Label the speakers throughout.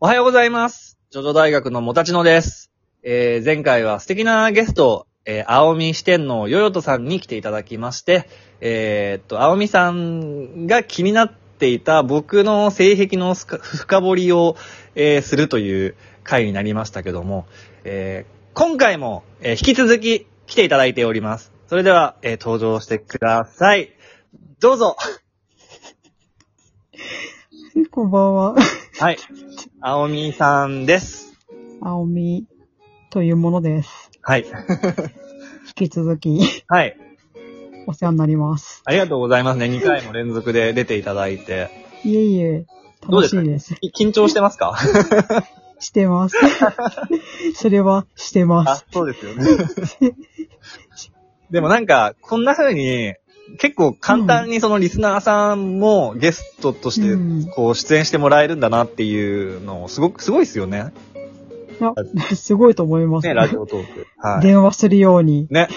Speaker 1: おはようございます。ジョジョ大学のもたちのです。えー、前回は素敵なゲスト、えー、青み四天王よよとさんに来ていただきまして、えーっと、青みさんが気になっていた僕の性癖のすか深掘りを、えーするという回になりましたけども、えー今回も、えー引き続き来ていただいております。それでは、えー登場してください。どうぞ
Speaker 2: こんばんは。
Speaker 1: はい。 青みさんです。
Speaker 2: あおみというものです。
Speaker 1: はい。
Speaker 2: 引き続き
Speaker 1: はい。
Speaker 2: お世話になります。
Speaker 1: ありがとうございますね。2回も連続で出ていただいて。
Speaker 2: いえいえ、
Speaker 1: どう
Speaker 2: 楽
Speaker 1: で
Speaker 2: し
Speaker 1: すか
Speaker 2: いです。
Speaker 1: い緊張してますか
Speaker 2: し てます。それはしてま
Speaker 1: あ、
Speaker 2: す。
Speaker 1: そうですよね。 でもなんか、こんな風に、結構簡単にそのリスナーさんもゲストとし
Speaker 2: うん
Speaker 1: て、こう、出演してもらえるんだなっていうのを、すごく、すごいですよね。
Speaker 2: あすごいと思います。
Speaker 1: ね、ラジオトーク。はい。
Speaker 2: 電話するように。
Speaker 1: ね。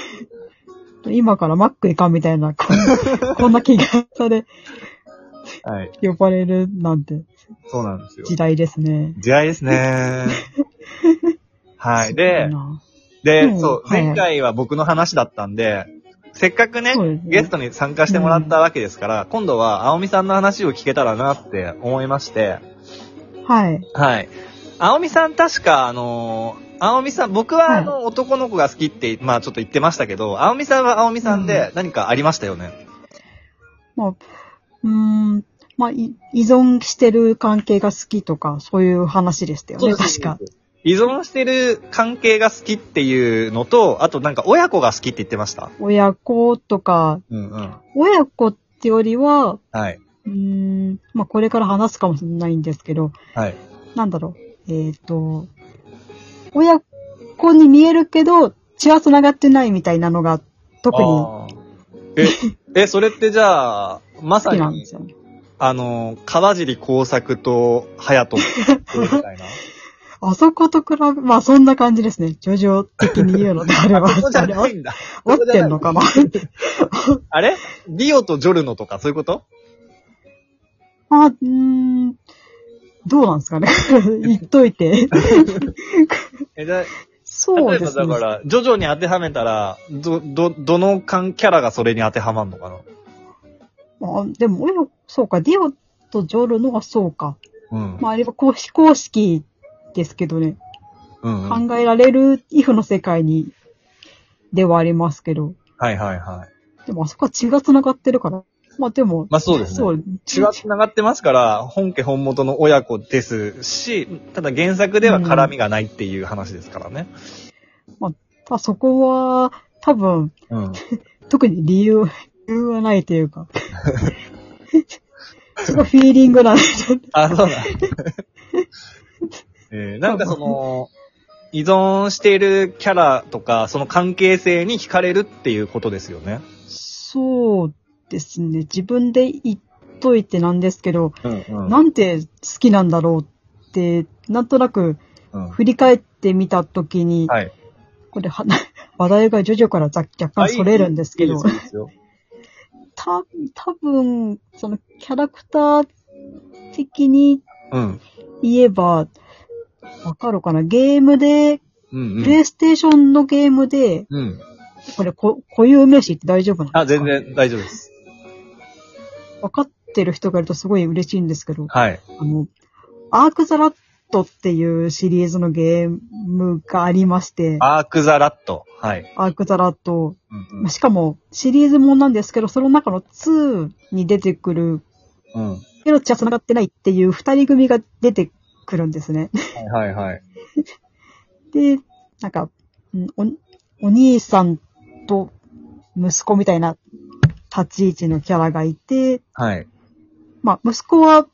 Speaker 2: 今からマック行かんみたいな、こん なこんな気軽さで
Speaker 1: はい。
Speaker 2: 呼ばれるなんて
Speaker 1: そうなんですよ。
Speaker 2: 時代ですね。
Speaker 1: 時代ですね。はい。で
Speaker 2: すごい、なう
Speaker 1: で、
Speaker 2: ん
Speaker 1: そう、
Speaker 2: はい
Speaker 1: 前回は僕の話だったんで、せっかくね
Speaker 2: そうです、ね
Speaker 1: ゲストに参加してもらったわけですから、今度は青みさんの話を聞けたらなって思いまして、
Speaker 2: はい。
Speaker 1: はい。青みさん確か、あのー、青みさん、僕は
Speaker 2: はい
Speaker 1: あの、男の子が好きって、まあちょっと言ってましたけど、青みさんは青みさんで何かありましたよね。
Speaker 2: まあ、うーん、まあ、い依存してる関係が好きとか、そういう話でしたよね、確か。。
Speaker 1: 依存してる関係が好きっていうのと、あとなんか親子が好きって言ってました。
Speaker 2: 親子とか、
Speaker 1: うんうん。
Speaker 2: 親子ってよりは、
Speaker 1: はい。
Speaker 2: うーん、まあ、これから話すかもしれないんですけど、
Speaker 1: はい。
Speaker 2: なんだろう、えっ、と、親子に見えるけど、血は繋がってないみたいなのが、特に好
Speaker 1: あーえ、え、それってじゃあ、まさ
Speaker 2: きなん
Speaker 1: に
Speaker 2: で、すよね。
Speaker 1: あの、川尻工作と隼人みた いな。
Speaker 2: あそこと比べ、まあそんな感じですね。叙々的に言うのであれば、
Speaker 1: あ、そこじゃ
Speaker 2: あれは
Speaker 1: ないんだ。
Speaker 2: 合ってんのかな
Speaker 1: あれディオとジョルノとかそういうこと
Speaker 2: あ、うーん、どうなんです かね。言っといて。
Speaker 1: え、じゃあ
Speaker 2: そ
Speaker 1: 例
Speaker 2: う
Speaker 1: え
Speaker 2: で
Speaker 1: ば
Speaker 2: すね
Speaker 1: だ。から、ジョジョに当てはめたら、ど、ど、どの間キャラがそれに当てはまんのかな
Speaker 2: あでも、親そうか、ディオとジョルノがそうか。
Speaker 1: うん。
Speaker 2: まあ、あれはこう非公式ですけどね、
Speaker 1: うんうん。はい
Speaker 2: 考えられるイフの世界に、ではありますけど、
Speaker 1: はいはい。
Speaker 2: でもあそこは血が繋がってるから、まあでも、
Speaker 1: まあそうですね。
Speaker 2: そう、
Speaker 1: 血は繋がってますから、本家本元の親子ですし、ただ原作では絡みがないっていう話ですからね。
Speaker 2: まあそこは、多分、
Speaker 1: うん。
Speaker 2: 特に理 由、理由はないというか、 そこフィーリングなんで、
Speaker 1: あ、そうなん。 えーなんかその、依存しているキャラとか、その関係性に惹かれるっていうことですよね。
Speaker 2: そうですね、自分で言っといてなんですけど、
Speaker 1: うんうん
Speaker 2: なんて好きなんだろうって、なんとなく振り返ってみたときに、
Speaker 1: はい。
Speaker 2: これは、 話題が徐々からざ若
Speaker 1: あ
Speaker 2: 干
Speaker 1: いい
Speaker 2: それるんですけど、
Speaker 1: いいですよ。
Speaker 2: た、多分、そのキャラクター的に
Speaker 1: うん。
Speaker 2: 言えば、わかるかなゲームで、
Speaker 1: うん
Speaker 2: プ
Speaker 1: うん。
Speaker 2: レイステーションのゲームで、
Speaker 1: うん。
Speaker 2: これ、こ、固有名詞って大丈夫なの
Speaker 1: あ、全然大丈夫です。
Speaker 2: わかってる人がいるとすごい嬉しいんですけど、
Speaker 1: はい。
Speaker 2: あの、アークザラットっていうシリーズのゲームがありまして、
Speaker 1: アークザラット。はい。
Speaker 2: アークザラット、
Speaker 1: うん
Speaker 2: まあしかもシリーズもんなんですけど、その中の2に出てくる
Speaker 1: うん。うん。
Speaker 2: けど血は繋がってないっていう二人組が出てくるんですね。
Speaker 1: はいはいはい。
Speaker 2: で、なんか、うんおお兄さんと息子みたいな立ち位置のキャラがいて、
Speaker 1: はい。
Speaker 2: まあ、息子は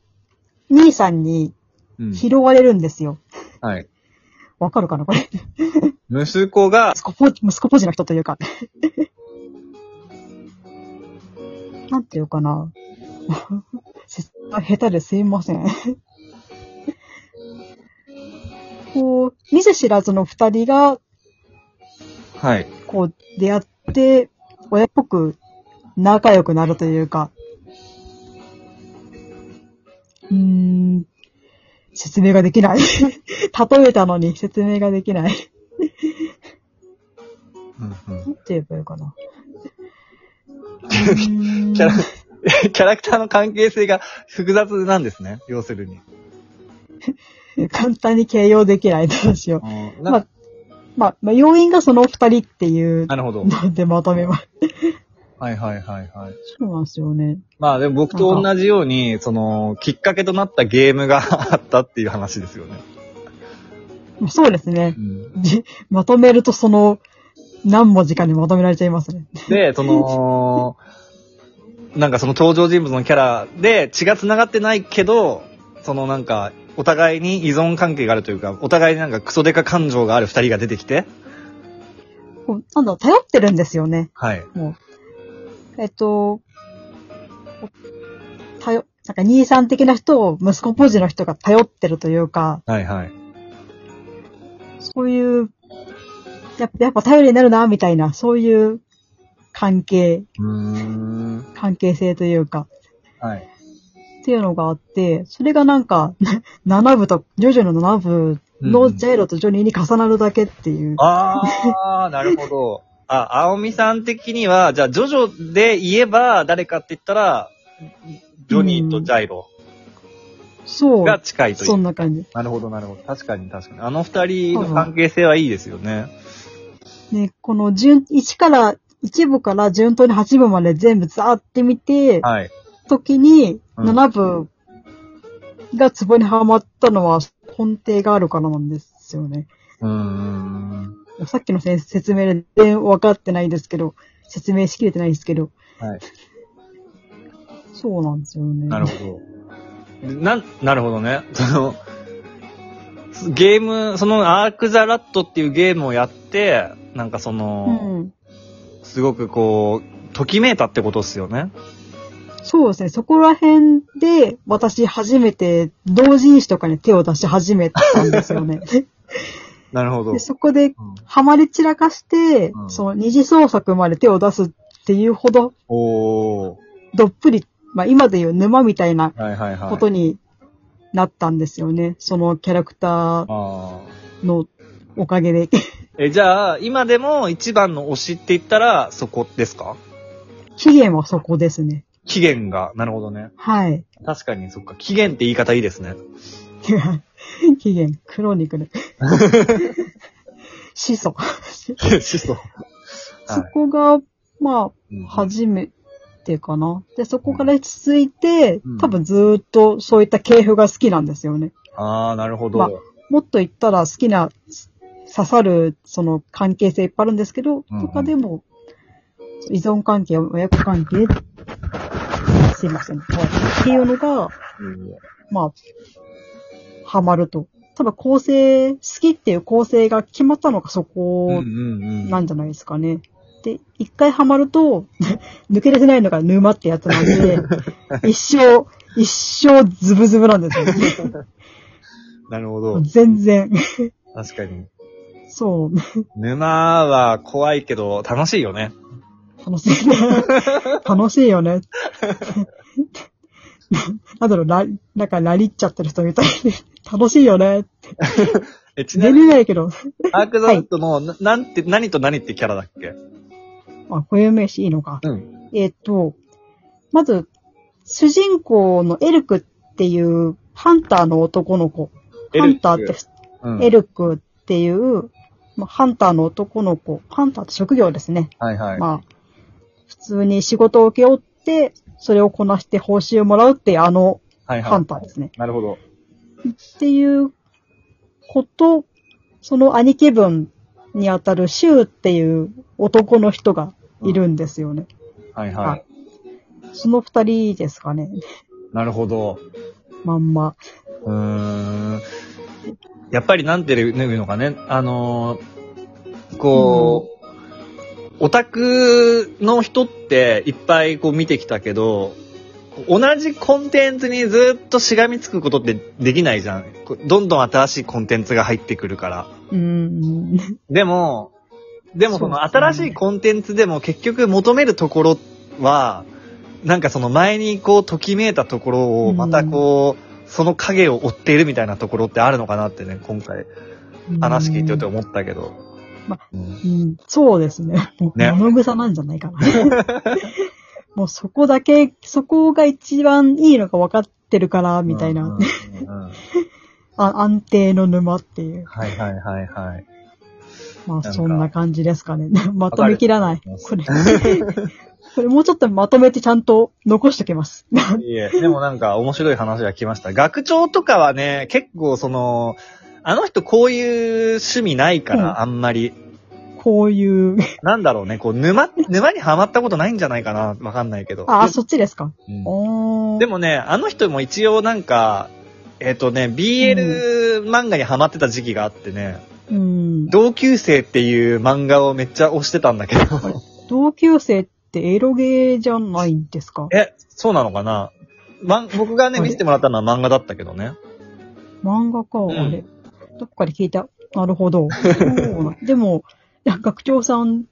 Speaker 2: 兄さんに
Speaker 1: うん。
Speaker 2: 拾われるんですよ。
Speaker 1: はい。
Speaker 2: わかるかなこれ。
Speaker 1: 息子が、
Speaker 2: 息子ポジ、息子ポジの人というか。 なんていうかな。 説明下手ですいません。 こう、見ず知らずの二人が、
Speaker 1: はい。
Speaker 2: こう、出会って、親っぽく仲良くなるというか、うーん、説明ができない。 例えたのに説明ができない。
Speaker 1: うんうん
Speaker 2: なんて言えばいいかな。うーん
Speaker 1: キャラ、 キャラクターの関係性が複雑なんですね。要するに。
Speaker 2: 簡単に形容できない。どうしよ
Speaker 1: うん
Speaker 2: まあう。まあ、まあ、要因がそのお二人っていう
Speaker 1: なるほど。
Speaker 2: のでまとめます。
Speaker 1: はいはいはいはい。
Speaker 2: そうなんですよね。
Speaker 1: まあでも僕と同じように、その、きっかけとなったゲームがあったっていう話ですよね。
Speaker 2: そうですね。
Speaker 1: うん
Speaker 2: じまとめるとその、何文字かにまとめられちゃいますね。
Speaker 1: で、その、なんかその登場人物のキャラで血が繋がってないけど、そのなんか、お互いに依存関係があるというか、お互いになんかクソデカ感情がある二人が出てきて、
Speaker 2: こうなんだろう、頼ってるんですよね。
Speaker 1: はい。
Speaker 2: もう。えっと、頼、なんか兄さん的な人を息子ポジの人が頼ってるというか、
Speaker 1: はいはい。
Speaker 2: そういう、やっぱやっぱ頼りになるな、みたいな、そういう関係、
Speaker 1: うーん。
Speaker 2: 関係性というか、
Speaker 1: はい。
Speaker 2: っていうのがあって、それがなんか、7部と、ジョジョの7部
Speaker 1: う
Speaker 2: の
Speaker 1: ん
Speaker 2: ジャイロとジョニーに重なるだけっていう。
Speaker 1: あー、なるほど。あ、青みさん的には、じゃあ、ジョジョで言えば誰かって言ったら、ジョニーとジャイロ
Speaker 2: そう。
Speaker 1: が近いという。
Speaker 2: そんな感じ。
Speaker 1: なるほど、なるほど。確かに確かに。あの二人の関係性はいいですよね。
Speaker 2: ね、この順、1から、1部から順当に8部まで全部ザーって見て、
Speaker 1: はい。
Speaker 2: 時に、
Speaker 1: うん
Speaker 2: 7部がツボにはまったのは根底があるからなんですよね。
Speaker 1: うーん。
Speaker 2: さっきのせん説明で全然分かってないですけど、説明しきれてないですけど。
Speaker 1: はい。
Speaker 2: そうなんですよね。
Speaker 1: なるほど。な、なるほどね。その、ゲーム、そのアーク・ザ・ラットっていうゲームをやって、なんかその、
Speaker 2: うん。
Speaker 1: すごくこう、ときめいたってことですよね。
Speaker 2: そうですね。そこら辺で、私初めて、同人誌とかに手を出し始めたんですよ ね。
Speaker 1: なるほど
Speaker 2: で。そこ
Speaker 1: う
Speaker 2: で、
Speaker 1: ん
Speaker 2: ハマり散らかして、
Speaker 1: うん
Speaker 2: その二次創作まで手を出すっていうほど、
Speaker 1: おー。
Speaker 2: どっぷり、まあ今でいう沼みたいな
Speaker 1: はいはいはい。
Speaker 2: ことになったんですよね。そのキャラクター
Speaker 1: ああ。
Speaker 2: のおかげで。
Speaker 1: え、じゃあ、今でも一番の推しって言ったら、そこですか
Speaker 2: 期限はそこですね。
Speaker 1: 期限が。なるほどね。
Speaker 2: はい。
Speaker 1: 確かに、そっか。期限って言い方いいですね。
Speaker 2: 期限、クロニク ル。始祖。
Speaker 1: しそ
Speaker 2: そこが、ま
Speaker 1: うん
Speaker 2: あ、初めてかな。で、そこから続いて
Speaker 1: うん、
Speaker 2: 多分ずーっとそういった系譜が好きなんですよね。
Speaker 1: ああ、なるほ
Speaker 2: まあ
Speaker 1: ど。
Speaker 2: もっと言ったら好きな、刺さる、その関係性いっぱいあるんですけど、
Speaker 1: うんうん
Speaker 2: とかでも、依存関係、親子関係、すいません。はいっていうのが、
Speaker 1: うん
Speaker 2: まあ、ハマると。ただ構成、好きっていう構成が決まったのがそ
Speaker 1: うんう
Speaker 2: こ
Speaker 1: んう。
Speaker 2: なんんじゃないですかね。で、一回ハマると、 抜け出せないのが沼ってやつなん で、一生、一生ズブズブなんですよ。
Speaker 1: なるほど。
Speaker 2: 全然。
Speaker 1: 確かに。
Speaker 2: そう。
Speaker 1: 沼は怖いけど、楽しいよね。
Speaker 2: 楽し いね。楽しいよね。ななんだろう、ラ、なんかラリっちゃってる人みたいで、楽しいよね。
Speaker 1: え、ちな
Speaker 2: 全
Speaker 1: みに、
Speaker 2: 然ないけど、
Speaker 1: アークザウッドの、ななんて、何と何ってキャラだっけ
Speaker 2: あ、固有名詞いいのか。
Speaker 1: うん。
Speaker 2: えっ、と、まず、主人公のエルクっていう、ハンターの男の子。ハンターって、
Speaker 1: うん
Speaker 2: エルクっていう、まあ、ハンターの男の子。ハンターって職業ですね。
Speaker 1: はいはい。
Speaker 2: まあ、普通に仕事を請け負って、それをこなして報酬をもらうっていうあの
Speaker 1: はい
Speaker 2: ハ
Speaker 1: は
Speaker 2: ンターですね。
Speaker 1: い。なるほど。
Speaker 2: っていうこと、その兄貴分にあたるシュウっていう男の人がいるんですよね。
Speaker 1: はいはい。
Speaker 2: その二人ですかね。
Speaker 1: なるほど。
Speaker 2: まんま。
Speaker 1: うーんやっぱりなんていうのかね、あのーこう、オタクの人っていっぱいこう見てきたけど、同じコンテンツにずっとしがみつくことってできないじゃん。こうどんどん新しいコンテンツが入ってくるから。
Speaker 2: うーん。
Speaker 1: でも、でもその
Speaker 2: そうですね
Speaker 1: 新しいコンテンツでも結局求めるところは、なんかその前にこうときめいたところをまたこう、その影を追っているみたいなところってあるのかなってね、今回話聞いてて
Speaker 2: う
Speaker 1: 思ったけど。
Speaker 2: ま
Speaker 1: うん
Speaker 2: ん。うん、そうですね。もう
Speaker 1: ね
Speaker 2: 物草なんじゃないか な。もうそこだけ、そこが一番いいのが分かってるから、みたいな、
Speaker 1: うんうんうん
Speaker 2: あ。安定の沼っていう。
Speaker 1: はいはいはいはい。
Speaker 2: ま
Speaker 1: な
Speaker 2: あ
Speaker 1: んか
Speaker 2: そんな感じですかね。 まとめきらない。
Speaker 1: わ
Speaker 2: こ
Speaker 1: か
Speaker 2: れ。これもうちょっとまとめてちゃんと残しときます。
Speaker 1: いえ、でもなんか面白い話が来ました。学長とかはね、結構その、あの人こういう趣味ないか
Speaker 2: うん
Speaker 1: ら、あんまり。
Speaker 2: こういう。
Speaker 1: なんだろうね、こう、沼、沼にはまったことないんじゃないかな、わかんないけど。
Speaker 2: あ、そっちですか。
Speaker 1: うん
Speaker 2: おー。
Speaker 1: でもね、あの人も一応なんか、えっ、とね、BL 漫画にハマってた時期があってね、
Speaker 2: うん。
Speaker 1: 同級生っていう漫画をめっちゃ推してたんだけど、
Speaker 2: 同級生ってエロゲーじゃないんですか
Speaker 1: え、そうなのかな、まん、僕がね、
Speaker 2: はい
Speaker 1: 見せてもらったのは漫画だったけどね。
Speaker 2: 漫画か、
Speaker 1: ん
Speaker 2: あれ。どっかで聞いた。な るほど。そうなんでも、いや学長さん、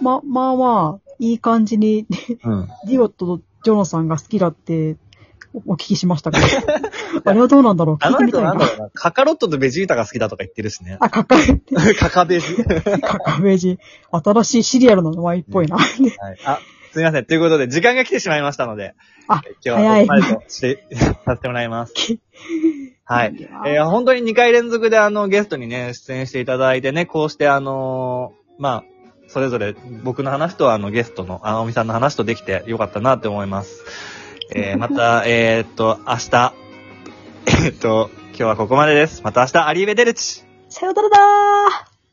Speaker 2: ま、まあまあ、いい感じに、
Speaker 1: うん。
Speaker 2: ディオットとジョナさんが好きだって、おお聞きしまし たけど。あれはどうなんだろう
Speaker 1: あ
Speaker 2: 聞い
Speaker 1: の
Speaker 2: てみた
Speaker 1: 人
Speaker 2: い
Speaker 1: なん
Speaker 2: な。
Speaker 1: だ。ろうな、カカロットとベジータが好きだとか言ってるしね
Speaker 2: あ、かっこいい。
Speaker 1: カカベジ。は
Speaker 2: カカベジ。新しいシリアルの名前っぽいな。
Speaker 1: い。あ、すみません。ということで、時間が来てしまいましたので、
Speaker 2: あ
Speaker 1: 今日は
Speaker 2: 早い
Speaker 1: ここまでとして、させてもらいます。はい。
Speaker 2: いやー。
Speaker 1: えー本当に2回連続であの、ゲストにね、出演していただいてね、こうしてあのーまあ、それぞれ僕の話とあの、ゲストの、あおみさんの話とできてよかったなって思います。 えーまた、えーっと、明日、えーっと、今日はここまでです。また明日、アリーベデルチ
Speaker 2: さよならだー